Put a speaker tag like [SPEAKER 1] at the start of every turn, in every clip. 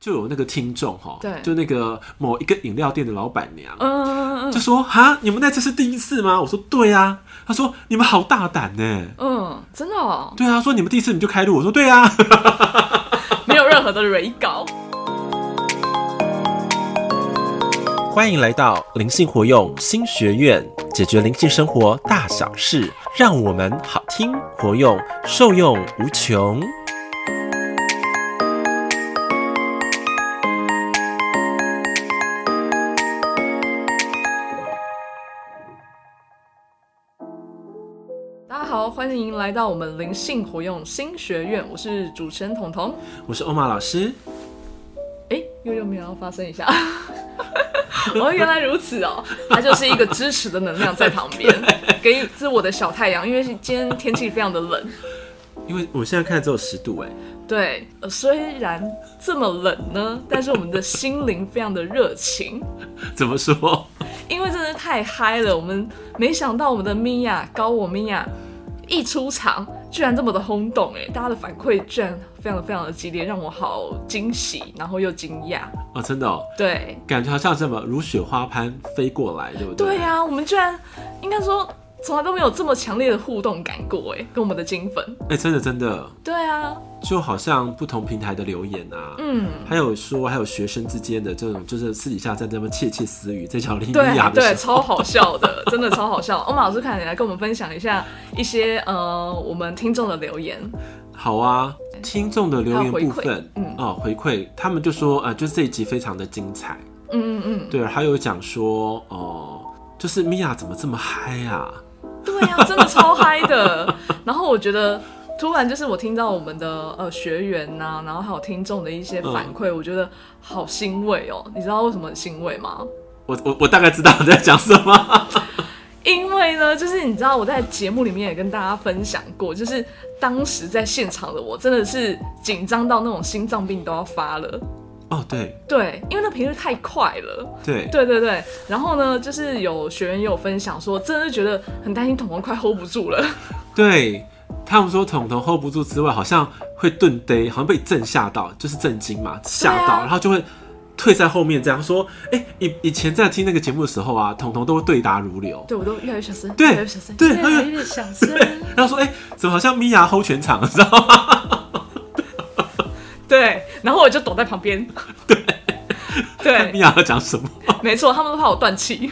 [SPEAKER 1] 就有那个听众哈，
[SPEAKER 2] 对
[SPEAKER 1] 就那个某一个饮料店的老板娘，
[SPEAKER 2] 嗯嗯嗯
[SPEAKER 1] 就说哈，你们那次是第一次吗？我说对啊，他说你们好大胆呢。
[SPEAKER 2] 嗯，真的、哦、
[SPEAKER 1] 对啊，说你们第一次你们就开路，我说对啊。
[SPEAKER 2] 没有任何的蕊稿。
[SPEAKER 1] 欢迎来到灵性活用新学院，解决灵性生活大小事，让我们好听活用，受用无穷。
[SPEAKER 2] 大家好，欢迎来到我们灵性活用新学院，我是主持人彤彤。
[SPEAKER 1] 我是欧玛老师，
[SPEAKER 2] 哎、又有没有要发声一下？ 哦，原来如此哦，它就是一个支持的能量在旁 边，给予自我的小太阳。因为今天天气非常的冷，
[SPEAKER 1] 因为我现在看只有十度哎，
[SPEAKER 2] 对，呃虽然这么冷呢，但是我们的心灵非常的热情，
[SPEAKER 1] 怎么说？
[SPEAKER 2] 因为真的太嗨了。我们没想到我们的米娅高我米娅一出场，居然这么的轰动，哎，大家的反馈居然非常的非常的激烈，让我好惊喜，然后又惊讶。
[SPEAKER 1] 哦，真的、哦，
[SPEAKER 2] 对，
[SPEAKER 1] 感觉好像什么如雪花般飞过来，对不对？
[SPEAKER 2] 对啊呀、我们居然应该说从来都没有这么强烈的互动感过，哎，跟我们的金粉。
[SPEAKER 1] 哎、真的真的，
[SPEAKER 2] 对啊，
[SPEAKER 1] 就好像不同平台的留言啊，
[SPEAKER 2] 嗯，
[SPEAKER 1] 还有说还有学生之间的这种，就是私底下在那边窃窃私语，在讲林
[SPEAKER 2] 对啊
[SPEAKER 1] 米娅
[SPEAKER 2] 对，
[SPEAKER 1] 的时候，
[SPEAKER 2] 超好笑的， 真的超好笑。欧马老师，看你来跟我们分享一下一些呃我们听众的留言。
[SPEAKER 1] 好啊。听众的留言部
[SPEAKER 2] 还有回馈
[SPEAKER 1] 分，
[SPEAKER 2] 嗯
[SPEAKER 1] 哦，回馈他们就说，呃，就是这一集非常的精彩，
[SPEAKER 2] 嗯嗯嗯，
[SPEAKER 1] 对，还有讲说，哦、就是米娅怎么这么嗨啊？
[SPEAKER 2] 对啊，真的超嗨的。然后我觉得。突然就是我听到我们的呃学员呐、然后还有听众的一些反馈，我觉得好欣慰哦。你知道为什么很欣慰吗？
[SPEAKER 1] 我我我大概知道你在讲什么，
[SPEAKER 2] 因为呢，就是你知道我在节目里面也跟大家分享过，就是当时在现场的我真的是紧张到那种心脏病都要发了。
[SPEAKER 1] 哦，对
[SPEAKER 2] 对，因为那频率太快了。
[SPEAKER 1] 对，
[SPEAKER 2] 对对对，然后呢，就是有学员也有分享说，真的觉得很担心彤彤快 hold 不住了。
[SPEAKER 1] 对他们说彤彤 hold 不住之外，好像会顿呆，好像被震吓到，就是震惊嘛，吓到，
[SPEAKER 2] 对啊
[SPEAKER 1] 然后就会退在后面这样说。哎、以以前在听那个节目的时候啊，彤彤都会对答如流。
[SPEAKER 2] 对我都越来越小声，
[SPEAKER 1] 对
[SPEAKER 2] 越来越小声，
[SPEAKER 1] 对
[SPEAKER 2] 越来越小声。
[SPEAKER 1] 然后说，哎、怎么好像米娅 hold 全场，知道吗？
[SPEAKER 2] 对，然后我就躲在旁 边。对
[SPEAKER 1] 米
[SPEAKER 2] 对，
[SPEAKER 1] 娅要讲什么？
[SPEAKER 2] 没错，他们都怕我断气，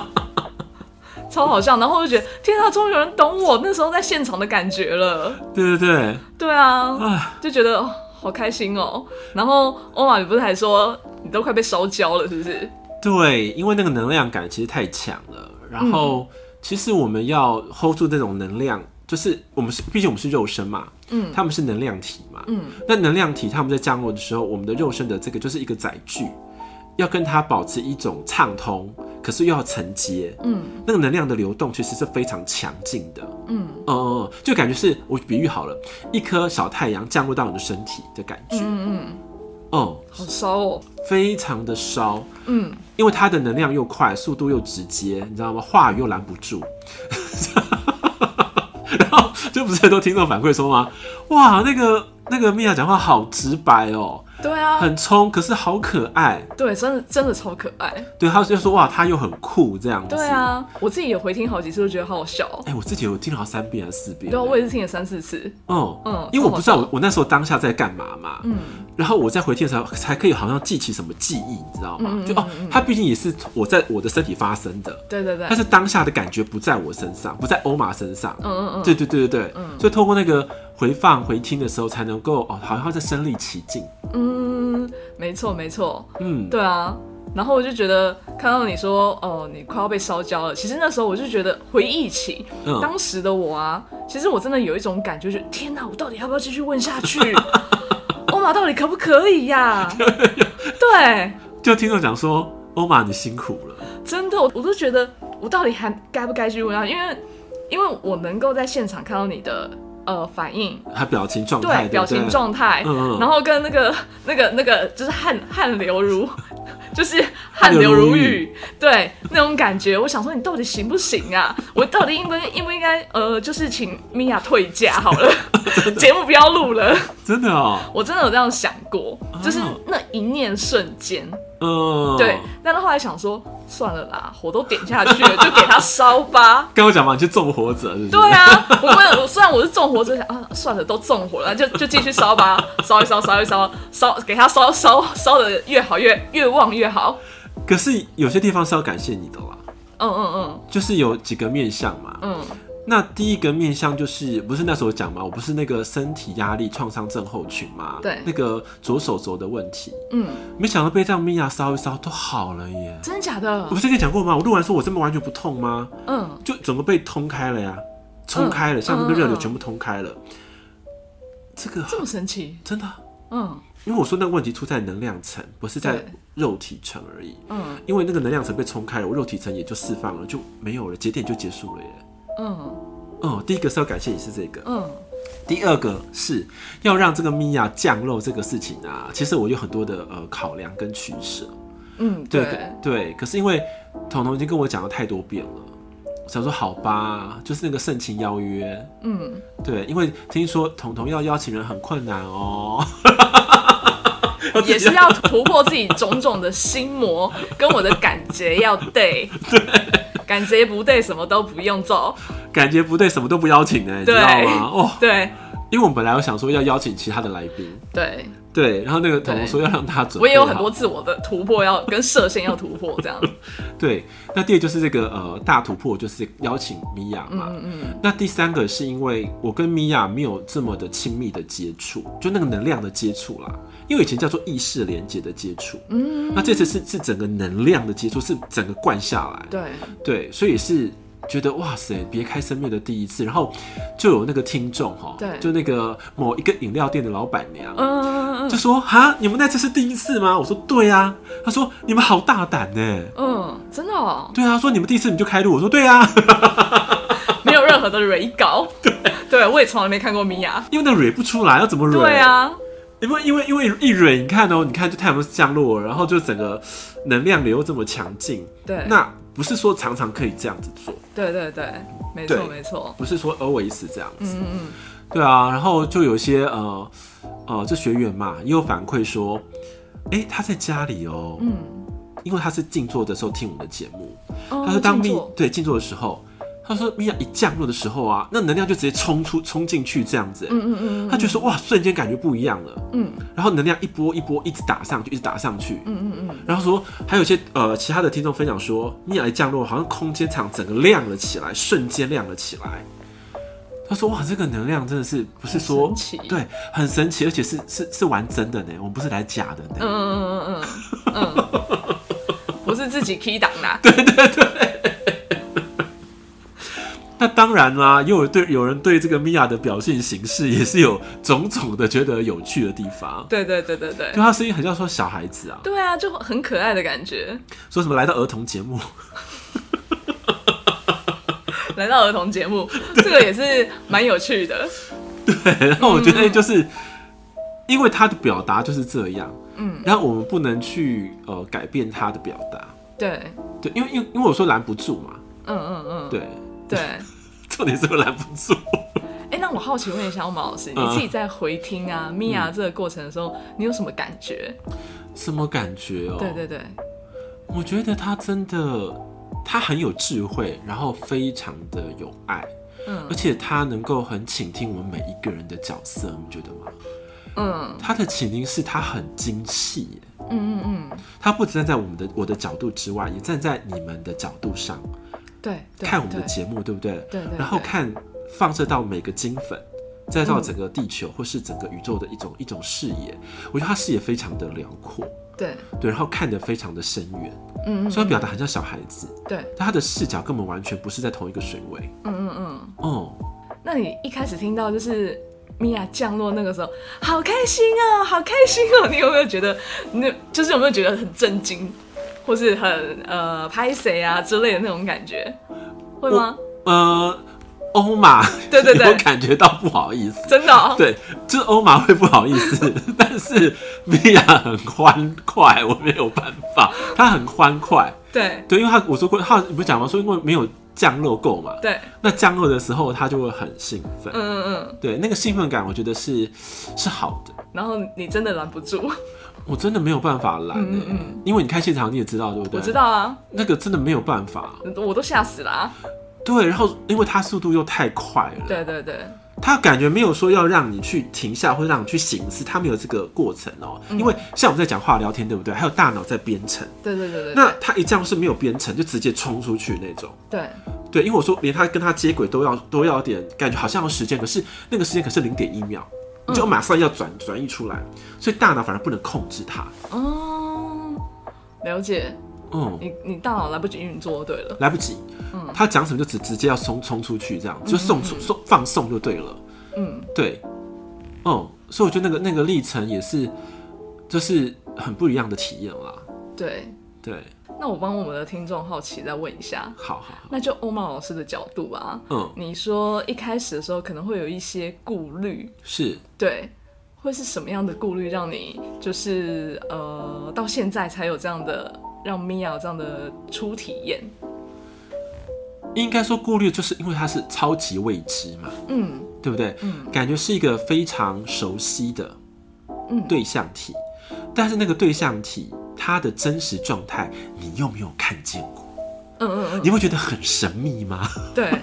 [SPEAKER 2] 超好笑。然后我就觉得，天啊，终于有人懂我那时候在现场的感觉了。
[SPEAKER 1] 对对对，
[SPEAKER 2] 对啊，
[SPEAKER 1] 啊，
[SPEAKER 2] 就觉得、哦好开心哦。然后欧玛，你不是还说你都快被烧焦了，是不是？
[SPEAKER 1] 对，因为那个能量感其实太强了。然后，
[SPEAKER 2] 嗯
[SPEAKER 1] 其实我们要 hold 住这种能量，就是我们是，毕竟我们是肉身嘛，
[SPEAKER 2] 嗯
[SPEAKER 1] 他们是能量体嘛，
[SPEAKER 2] 嗯，
[SPEAKER 1] 那能量体它们在降落的时候，我们的肉身的这个就是一个载具，要跟它保持一种畅通，可是又要承接。
[SPEAKER 2] 嗯
[SPEAKER 1] 那个能量的流动其实是非常强劲的，
[SPEAKER 2] 嗯
[SPEAKER 1] 呃，就感觉是我比喻好了，一颗小太阳降落到你的身体的感觉，
[SPEAKER 2] 嗯嗯，
[SPEAKER 1] 哦、
[SPEAKER 2] 好烧哦。
[SPEAKER 1] 非常的烧，
[SPEAKER 2] 嗯，
[SPEAKER 1] 因为它的能量又快，速度又直接，你知道吗？话语又拦不住。 然后就不是很多听众反馈说吗？哇，那个那个米娅讲话好直白哦，
[SPEAKER 2] 对啊，
[SPEAKER 1] 很冲，可是好可爱。
[SPEAKER 2] 对，真的真的超可爱。
[SPEAKER 1] 对，他就说哇，他又很酷这样子。
[SPEAKER 2] 对，啊，我自己也回听好几次，就觉得好好笑哦。
[SPEAKER 1] 哎、我自己有听了好像三遍还是四遍。
[SPEAKER 2] 对啊，我也是听了三四次。
[SPEAKER 1] 嗯
[SPEAKER 2] 嗯
[SPEAKER 1] 因为我不知道我我那时候当下在干嘛嘛，
[SPEAKER 2] 嗯，
[SPEAKER 1] 然后我在回听的时候才可以好像记起什么记忆，你知道吗？
[SPEAKER 2] 嗯嗯
[SPEAKER 1] 就哦，它毕竟也是我在我的身体发生的，
[SPEAKER 2] 对对对
[SPEAKER 1] 但，是当下的感觉不在我身上，不在欧玛身上。
[SPEAKER 2] 嗯嗯嗯，
[SPEAKER 1] 对对对对对，所以透过那个回放回听的时候，才能够哦，好像在身临其境。
[SPEAKER 2] 嗯，没错没错，
[SPEAKER 1] 嗯，
[SPEAKER 2] 对啊。然后我就觉得看到你说哦，你快要被烧焦了。其实那时候我就觉得回忆起
[SPEAKER 1] 嗯
[SPEAKER 2] 当时的我啊，其实我真的有一种感觉，就是天哪，我到底要不要继续问下去？欧玛到底可不可以呀、对，
[SPEAKER 1] 就听众讲说，欧玛你辛苦了。
[SPEAKER 2] 真的，我我都觉得我到底还该不该去问啊？因为因为我能够在现场看到你的呃反应，
[SPEAKER 1] 他表情状态，对
[SPEAKER 2] 对，表情状态，
[SPEAKER 1] 嗯嗯
[SPEAKER 2] 然后跟那个那个那个就是汗汗流如 就是汗流如雨，对那种感觉。我想说，你到底行不行啊？我到底应不应不应该呃，就是请米娅退假好 了，节目不要录了。
[SPEAKER 1] 真的哦，
[SPEAKER 2] 我真的有这样想过，就是
[SPEAKER 1] 哦
[SPEAKER 2] 那一念瞬间，
[SPEAKER 1] 嗯，
[SPEAKER 2] 对。但是后来想说，算了啦，火都点下去了，就给它烧吧。
[SPEAKER 1] 跟我讲嘛，你是纵火者，是不是？
[SPEAKER 2] 对啊，我问，我虽然我是纵火者，想啊，算了，都纵火了，就就继续烧吧，烧一烧，烧一烧，烧给它烧烧烧的越好越越旺越好。
[SPEAKER 1] 可是有些地方是要感谢你的啦，
[SPEAKER 2] 嗯嗯嗯
[SPEAKER 1] 就是有几个面向嘛。
[SPEAKER 2] 嗯，
[SPEAKER 1] 那第一个面向就是，不是那时候讲嘛，我不是那个身体压力创伤症候群嘛，
[SPEAKER 2] 对
[SPEAKER 1] 那个左手肘的问题，
[SPEAKER 2] 嗯，
[SPEAKER 1] 没想到被这样米娅烧一烧都好了耶。
[SPEAKER 2] 真的假
[SPEAKER 1] 我
[SPEAKER 2] 的
[SPEAKER 1] 不？是跟你讲过吗？我录完说我真的完全不痛吗？
[SPEAKER 2] 嗯，
[SPEAKER 1] 就整个被通开了呀，冲开了，像那个热流全部通开了。这个
[SPEAKER 2] 这么神奇？
[SPEAKER 1] 真的，啊
[SPEAKER 2] 嗯
[SPEAKER 1] 因为我说那个问题出在能量层，不是在
[SPEAKER 2] 对
[SPEAKER 1] 肉体层而已。
[SPEAKER 2] 嗯
[SPEAKER 1] 因为那个能量层被冲开了，我肉体层也就释放了，就没有了，节点就结束了耶。
[SPEAKER 2] 嗯
[SPEAKER 1] 哦，第一个是要感谢你是这个，
[SPEAKER 2] 嗯
[SPEAKER 1] 第二个是要让这个米娅降肉这个事情啊，其实我有很多的呃考量跟取舍。
[SPEAKER 2] 嗯，
[SPEAKER 1] 对
[SPEAKER 2] 对，
[SPEAKER 1] 对，可是因为彤彤已经跟我讲了太多遍了，我想说好吧，就是那个盛情邀约。
[SPEAKER 2] 嗯，
[SPEAKER 1] 对，因为听说彤彤要邀请人很困难哦。
[SPEAKER 2] 也是要突破自己种种的心魔，跟我的感觉要对，感觉不对，什么都不用做，
[SPEAKER 1] 感觉不对，什么都不邀请呢，你知道
[SPEAKER 2] 对
[SPEAKER 1] 吗？哦，
[SPEAKER 2] 对
[SPEAKER 1] 因为我们本来有想说要邀请其他的来宾，
[SPEAKER 2] 对，
[SPEAKER 1] 对，然后那个彤彤说要让他准备
[SPEAKER 2] 我也有很多
[SPEAKER 1] 好
[SPEAKER 2] 自我的突破要跟射线要突破这样，
[SPEAKER 1] 对。那第二就是这个呃大突破，就是邀请米娅嘛。
[SPEAKER 2] 嗯嗯
[SPEAKER 1] 那第三个是因为我跟米娅没有这么的亲密的接触，就那个能量的接触啦，因为以前叫做意识连接的接触，
[SPEAKER 2] 嗯，
[SPEAKER 1] 那这次是是整个能量的接触，是整个灌下来，
[SPEAKER 2] 对，
[SPEAKER 1] 对，所以也是觉得哇塞，别开生命的第一次，然后就有那个听众哈，
[SPEAKER 2] 对
[SPEAKER 1] 就那个某一个饮料店的老板娘，
[SPEAKER 2] 嗯嗯嗯
[SPEAKER 1] 就说哈，你们那次是第一次吗？我说对啊，他说你们好大胆呢。
[SPEAKER 2] 嗯，真的哦，
[SPEAKER 1] 对啊，说你们第一次你就开路，我说对啊，
[SPEAKER 2] 没有任何的蕊稿，对，对我也从来没看过米娅，
[SPEAKER 1] 因为那蕊不出来，要怎么蕊？
[SPEAKER 2] 对啊，
[SPEAKER 1] 因为因为因为一蕊，你看哦、你看就太阳都降落了，然后就整个能量流这么强劲，
[SPEAKER 2] 对，
[SPEAKER 1] 那不是说常常可以这样子做，
[SPEAKER 2] 对对对，没错
[SPEAKER 1] 对
[SPEAKER 2] 没错，
[SPEAKER 1] 不是说 always 这样子，
[SPEAKER 2] 嗯嗯
[SPEAKER 1] 对啊，然后就有一些呃呃，这学员嘛也有反馈说，哎、他在家里哦、
[SPEAKER 2] 嗯
[SPEAKER 1] 因为他是静坐的时候听我们的节目，
[SPEAKER 2] 嗯，哦
[SPEAKER 1] 他说当
[SPEAKER 2] 静
[SPEAKER 1] 密
[SPEAKER 2] 坐
[SPEAKER 1] 对静坐的时候，他说米娅一降落的时候啊，那能量就直接冲出冲进去这样子、
[SPEAKER 2] 嗯嗯嗯嗯
[SPEAKER 1] 他就说哇，瞬间感觉不一样了。
[SPEAKER 2] 嗯
[SPEAKER 1] 然后能量一波一波一直打上去，一直打上去。
[SPEAKER 2] 嗯嗯嗯，
[SPEAKER 1] 然后说还有一些呃其他的听众分享说，米娅一降落，好像空间场整个亮了起来，瞬间亮了起来。他说哇，这个能量真的是不是说
[SPEAKER 2] 很神奇
[SPEAKER 1] 对，很神奇，而且是是是玩真的呢，我们不是来假的呢。
[SPEAKER 2] 嗯嗯嗯嗯嗯嗯， 不是自己 key 档啊啦，
[SPEAKER 1] 那当然啦，也有对有人对这个米娅的表现形式也是有种种的觉得有趣的地方。
[SPEAKER 2] 对对对对对
[SPEAKER 1] 就，她声音很像说小孩子啊，
[SPEAKER 2] 对啊，就很可爱的感觉，
[SPEAKER 1] 说什么来到儿童节目，
[SPEAKER 2] 来到儿童节目，这个也是蛮有趣的，
[SPEAKER 1] 对， 然后我觉
[SPEAKER 2] 嗯
[SPEAKER 1] 得就是、因为他的表达就是这样，
[SPEAKER 2] 嗯，
[SPEAKER 1] 然后我们不能去呃改变他的表达，
[SPEAKER 2] 对，
[SPEAKER 1] 对，因为因为因为我说拦不住嘛，
[SPEAKER 2] 嗯嗯嗯，
[SPEAKER 1] 对，
[SPEAKER 2] 对，哎、
[SPEAKER 1] 重点是我拦不住，
[SPEAKER 2] 那我好奇问一下欧马老师，
[SPEAKER 1] 嗯
[SPEAKER 2] 你自己在回听啊米娅这个过程的时候，你有什么感觉？
[SPEAKER 1] 什么感觉哦？
[SPEAKER 2] 对对对，
[SPEAKER 1] 我觉得他真的他很有智慧，然后非常的有爱，
[SPEAKER 2] 嗯
[SPEAKER 1] 而且他能够很倾听我们每一个人的角色，你觉得吗？
[SPEAKER 2] 嗯
[SPEAKER 1] 他的倾听是他很精细耶，
[SPEAKER 2] 嗯嗯嗯，
[SPEAKER 1] 他不只站在我们的我的角度之外，也站在你们的角度上。
[SPEAKER 2] 对，对
[SPEAKER 1] 看我们的
[SPEAKER 2] 对
[SPEAKER 1] 节目，对不对？
[SPEAKER 2] 对对
[SPEAKER 1] 然后
[SPEAKER 2] 对
[SPEAKER 1] 看放射到每个金粉，再到
[SPEAKER 2] 嗯
[SPEAKER 1] 整个地球或是整个宇宙的一种一种视野，我觉得他视野非常的辽阔，
[SPEAKER 2] 对，
[SPEAKER 1] 对，然后看得非常的深远。
[SPEAKER 2] 嗯嗯
[SPEAKER 1] 虽然表达很像小孩子，
[SPEAKER 2] 对，
[SPEAKER 1] 但他的视角根本完全不是在同一个水位。
[SPEAKER 2] 嗯嗯嗯。
[SPEAKER 1] 哦、
[SPEAKER 2] 那你一开始听到就是米娅降落那个时候，好开心哦，好开心哦！ 你有没有觉得，那就是有没有觉得很震惊，或是很呃拍谁啊之类的那种感觉，会吗？
[SPEAKER 1] 呃，欧玛，
[SPEAKER 2] 对对 对
[SPEAKER 1] 有感觉到不好意思。
[SPEAKER 2] 真的、哦，
[SPEAKER 1] 对，就是欧玛会不好意思，但 但是米娅很欢快，我没有办法，她很欢快。
[SPEAKER 2] 对
[SPEAKER 1] 对，因为她我说过，她你不是讲吗？说因为没有降落够嘛，
[SPEAKER 2] 对，
[SPEAKER 1] 那降落的时候她就会很兴奋。
[SPEAKER 2] 嗯嗯
[SPEAKER 1] 对，那个兴奋感我觉得是是好的，
[SPEAKER 2] 嗯，然后你真的拦不住，
[SPEAKER 1] 我真的没有办法拦、欸
[SPEAKER 2] 嗯嗯嗯
[SPEAKER 1] 因为你看现场你也知道对不对？
[SPEAKER 2] 我知道啊，
[SPEAKER 1] 那个真的没有办法。
[SPEAKER 2] 我都吓死了、啊。
[SPEAKER 1] 对，然后因为它速度又太快了，
[SPEAKER 2] 对对对，
[SPEAKER 1] 他感觉没有说要让你去停下，或者让你去醒思，他没有这个过程哦、
[SPEAKER 2] 嗯
[SPEAKER 1] 因为像我们在讲话聊天，对不对？还有大脑在编程，
[SPEAKER 2] 对对对对
[SPEAKER 1] 那
[SPEAKER 2] 对
[SPEAKER 1] 他一这样是没有编程，就直接冲出去那种。
[SPEAKER 2] 对，
[SPEAKER 1] 对，因为我说连他跟他接轨都要都要点感觉好像有时间，可是那个时间可是零点一秒，你就马上要转转移出来，所以大脑反而不能控制它。
[SPEAKER 2] 哦，了解，
[SPEAKER 1] 嗯，
[SPEAKER 2] 你你大脑来不及运作，对了，
[SPEAKER 1] 来不及，他讲什么就直直接要冲冲出去，这样就送出送放送就对了。
[SPEAKER 2] 嗯，
[SPEAKER 1] 对，哦，所以我觉得那个那个历程也是，就是很不一样的体验啦。
[SPEAKER 2] 对。
[SPEAKER 1] 对，
[SPEAKER 2] 那我帮我们的听众好奇再问一下，
[SPEAKER 1] 好好好，
[SPEAKER 2] 那就欧曼老师的角度啊，
[SPEAKER 1] 嗯，
[SPEAKER 2] 你说一开始的时候可能会有一些顾虑，
[SPEAKER 1] 是，
[SPEAKER 2] 对，会是什么样的顾虑让你就是呃到现在才有这样的让米娅有这样的初体验？
[SPEAKER 1] 应该说顾虑就是因为它是超级未知嘛，
[SPEAKER 2] 嗯
[SPEAKER 1] 对不对？
[SPEAKER 2] 嗯
[SPEAKER 1] 感觉是一个非常熟悉的
[SPEAKER 2] 嗯，
[SPEAKER 1] 对象体，但是那个对象体它的真实状态你又没有看见过，
[SPEAKER 2] 嗯嗯
[SPEAKER 1] 你会觉得很神秘吗？
[SPEAKER 2] 嗯， 对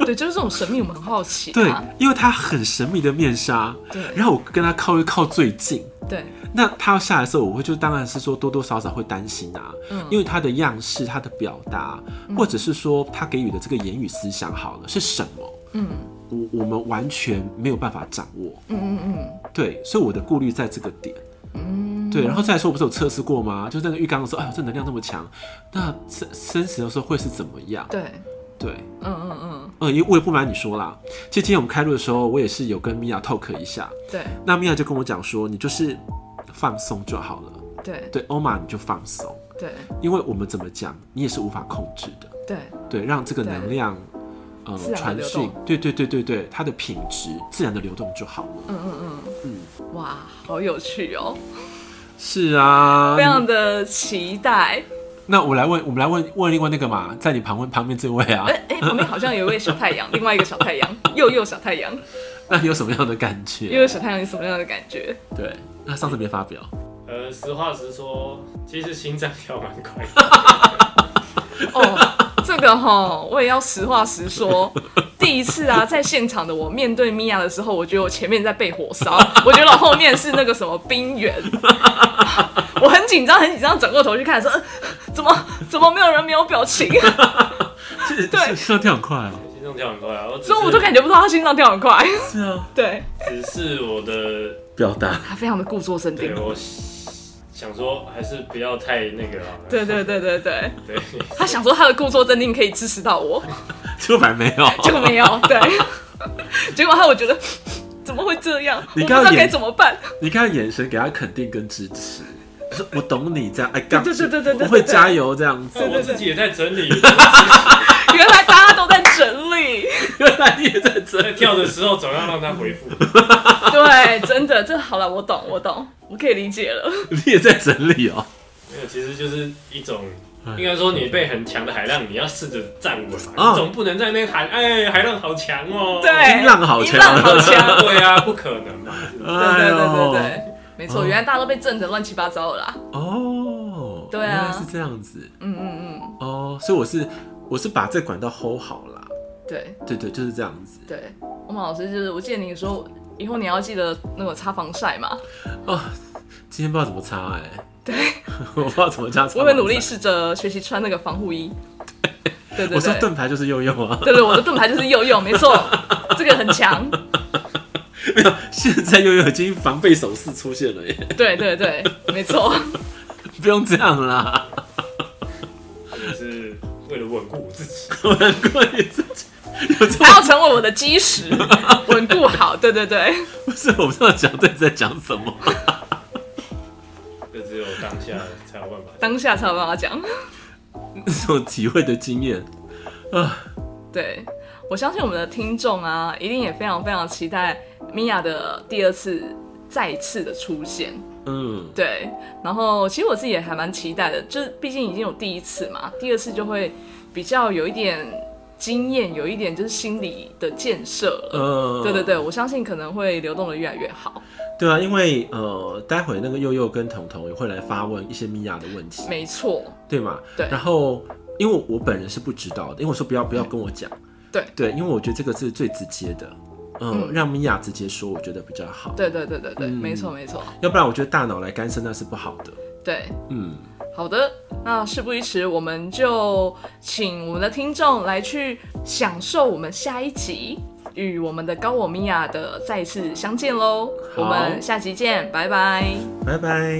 [SPEAKER 2] 对，就是这种神秘，我们很好奇、
[SPEAKER 1] 对
[SPEAKER 2] 啊。，
[SPEAKER 1] 因为它很神秘的面纱，
[SPEAKER 2] 对
[SPEAKER 1] 然后我跟它靠一靠最近。
[SPEAKER 2] 对
[SPEAKER 1] 那他要下来的时候，我会就当然是说多多少少会担心啊，
[SPEAKER 2] 嗯
[SPEAKER 1] 因为他的样式、他的表达，或者是说他给予的这个言语思想，好了是什么，
[SPEAKER 2] 嗯
[SPEAKER 1] 我我们完全没有办法掌握。
[SPEAKER 2] 嗯嗯嗯
[SPEAKER 1] 对，所以我的顾虑在这个点。
[SPEAKER 2] 嗯，
[SPEAKER 1] 对，然后再来说，我不是有测试过吗？就那个浴缸的时候，哎呦，这能量那么强，那生生死的时候会是怎么样？
[SPEAKER 2] 对，
[SPEAKER 1] 对，
[SPEAKER 2] 嗯嗯嗯，
[SPEAKER 1] 呃，因为我也不瞒你说啦，其实今天我们开录的时候，我也是有跟米娅 talk 一下，
[SPEAKER 2] 对
[SPEAKER 1] 那米娅就跟我讲说，你就是放松就好了。
[SPEAKER 2] 对
[SPEAKER 1] 对，欧玛你就放松。
[SPEAKER 2] 对
[SPEAKER 1] 因为我们怎么讲，你也是无法控制的。
[SPEAKER 2] 对，
[SPEAKER 1] 对，让这个
[SPEAKER 2] 对
[SPEAKER 1] 能量，呃
[SPEAKER 2] 自，然地
[SPEAKER 1] 传
[SPEAKER 2] 流
[SPEAKER 1] 讯
[SPEAKER 2] 动，
[SPEAKER 1] 对对对对对，它的品质自然的流动就好了。
[SPEAKER 2] 嗯嗯
[SPEAKER 1] 嗯，
[SPEAKER 2] 嗯，哇，好有趣哦，
[SPEAKER 1] 是啊
[SPEAKER 2] 非。常的期待。
[SPEAKER 1] 那我来问，我们来问问另外那个嘛，在你旁边旁边这位啊
[SPEAKER 2] 哎、，哎、旁边好像有一位小太阳，另外一个小太阳，又又小太阳，
[SPEAKER 1] 那你有什么样的感
[SPEAKER 2] 又有
[SPEAKER 1] 觉？
[SPEAKER 2] 小太阳，有什么样的感觉？
[SPEAKER 1] 对，那上次没发表，
[SPEAKER 3] 呃，实话实说，其实心脏跳蛮快的，
[SPEAKER 2] 哦，这个哈，我也要实话实说。第一次啊，在现场的我面对米娅的时候，我觉得我前面在被火烧，我觉得我后面是那个什么冰原， 我很紧张，很紧张，转过头去看，说呃怎么怎么没有人没有表情，对
[SPEAKER 1] 是是跳很快哦。
[SPEAKER 3] 心脏跳很快啊。我只
[SPEAKER 2] 所以我
[SPEAKER 3] 是
[SPEAKER 2] 就感觉不到他心脏跳很快。
[SPEAKER 1] 是啊，
[SPEAKER 2] 对
[SPEAKER 3] 只是我的，
[SPEAKER 1] 表 达
[SPEAKER 2] 他非常的故作镇定
[SPEAKER 3] 对。我想说还是不要太那个啊。
[SPEAKER 2] 对对对对 对，
[SPEAKER 3] 对，
[SPEAKER 2] 他想说他的故作镇定可以支持到我，
[SPEAKER 1] 就反而没有。
[SPEAKER 2] 结果 没有，对。结果他我觉得怎么会这样？我
[SPEAKER 1] 你
[SPEAKER 2] 不知
[SPEAKER 1] 刚刚
[SPEAKER 2] 道该
[SPEAKER 1] 演
[SPEAKER 2] 怎么办。
[SPEAKER 1] 你看眼神给他肯定跟支持，说我懂你这样，哎，刚
[SPEAKER 2] 对对对对对嗯
[SPEAKER 1] 我会加油这样子。
[SPEAKER 3] 那我自己也在整理，
[SPEAKER 2] 原来大家都在整理，
[SPEAKER 1] 原来你也在这
[SPEAKER 3] 在跳的时候总要让他回复。
[SPEAKER 2] 对，真的，这好了，我懂，我懂，我可以理解了。
[SPEAKER 1] 你也在整理哦、
[SPEAKER 3] 没有，其实就是一种。应该说，你被很强的海浪，你要试着站稳嘛，
[SPEAKER 1] 啊
[SPEAKER 3] 你总不能在那边喊，哎，海浪好强哦。
[SPEAKER 2] 对，
[SPEAKER 1] 音浪好强
[SPEAKER 2] 音浪好 强，
[SPEAKER 3] 对啊，不可能嘛。是不
[SPEAKER 2] 对
[SPEAKER 3] 是
[SPEAKER 2] 对对对
[SPEAKER 1] 哎呦
[SPEAKER 2] 对，没错，
[SPEAKER 1] 哦
[SPEAKER 2] 原来大家都被震得乱七八糟了啦。
[SPEAKER 1] 哦，
[SPEAKER 2] 对啊
[SPEAKER 1] 原来是这样子
[SPEAKER 2] 嗯嗯嗯，
[SPEAKER 1] 哦，所以我是我是把这管道 hold 好啦，
[SPEAKER 2] 对
[SPEAKER 1] 对对，就是这样子
[SPEAKER 2] 对，我们老师就是，我记得你说以后你要记得那个擦防晒嘛，
[SPEAKER 1] 哦。今天不知道怎么擦哎、对， 我不知道怎么擦，
[SPEAKER 2] 我会努力。试着学习穿那个防 护衣。对对
[SPEAKER 1] 我说
[SPEAKER 2] 对，
[SPEAKER 1] 盾牌就是右用啊，
[SPEAKER 2] 对对，我的盾牌就是右右，没错， 这个很强。
[SPEAKER 1] 现在右用已经防备手势出现了耶，
[SPEAKER 2] 对对对，没错。
[SPEAKER 1] 不用这样啦，
[SPEAKER 3] 就是为了稳固我自己。
[SPEAKER 1] 我难怪你自己有这么
[SPEAKER 2] 它要成为我的基石，稳固好。对对对，
[SPEAKER 1] 不是我不知道讲对在讲什么，
[SPEAKER 3] 就只有当下才有办法。
[SPEAKER 2] 当下才有办法讲。
[SPEAKER 1] 这种体会的经验啊，
[SPEAKER 2] 对我相信我们的听众啊，一定也非常非常期待米娅的第二次再次的出现。
[SPEAKER 1] 嗯，
[SPEAKER 2] 对，然后其实我自己也还蛮期待的，就是毕竟已经有第一次嘛，第二次就会比较有一点经验，有一点就是心理的建设了。
[SPEAKER 1] 呃，
[SPEAKER 2] 对对对，我相信可能会流动的越来越好。
[SPEAKER 1] 对啊，因为呃，待会那个佑佑跟彤彤也会来发问一些米娅的问题，
[SPEAKER 2] 没错，
[SPEAKER 1] 对吗？
[SPEAKER 2] 对
[SPEAKER 1] 然后，因为我本人是不知道的，因为我说不要不要跟我讲。
[SPEAKER 2] 对
[SPEAKER 1] 对，因为我觉得这个是最直接的，嗯，
[SPEAKER 2] 嗯
[SPEAKER 1] 让米娅直接说，我觉得比较好。，
[SPEAKER 2] 对对对对对，
[SPEAKER 1] 嗯
[SPEAKER 2] 没错没错，
[SPEAKER 1] 要不然我觉得大脑来干涉那是不好的。
[SPEAKER 2] 对。
[SPEAKER 1] 嗯，
[SPEAKER 2] 好的，那事不宜迟，我们就请我们的听众来去享受我们下一集与我们的高我米娅的再次相见喽。
[SPEAKER 1] 好
[SPEAKER 2] 我们下集见，拜拜。
[SPEAKER 1] 拜拜。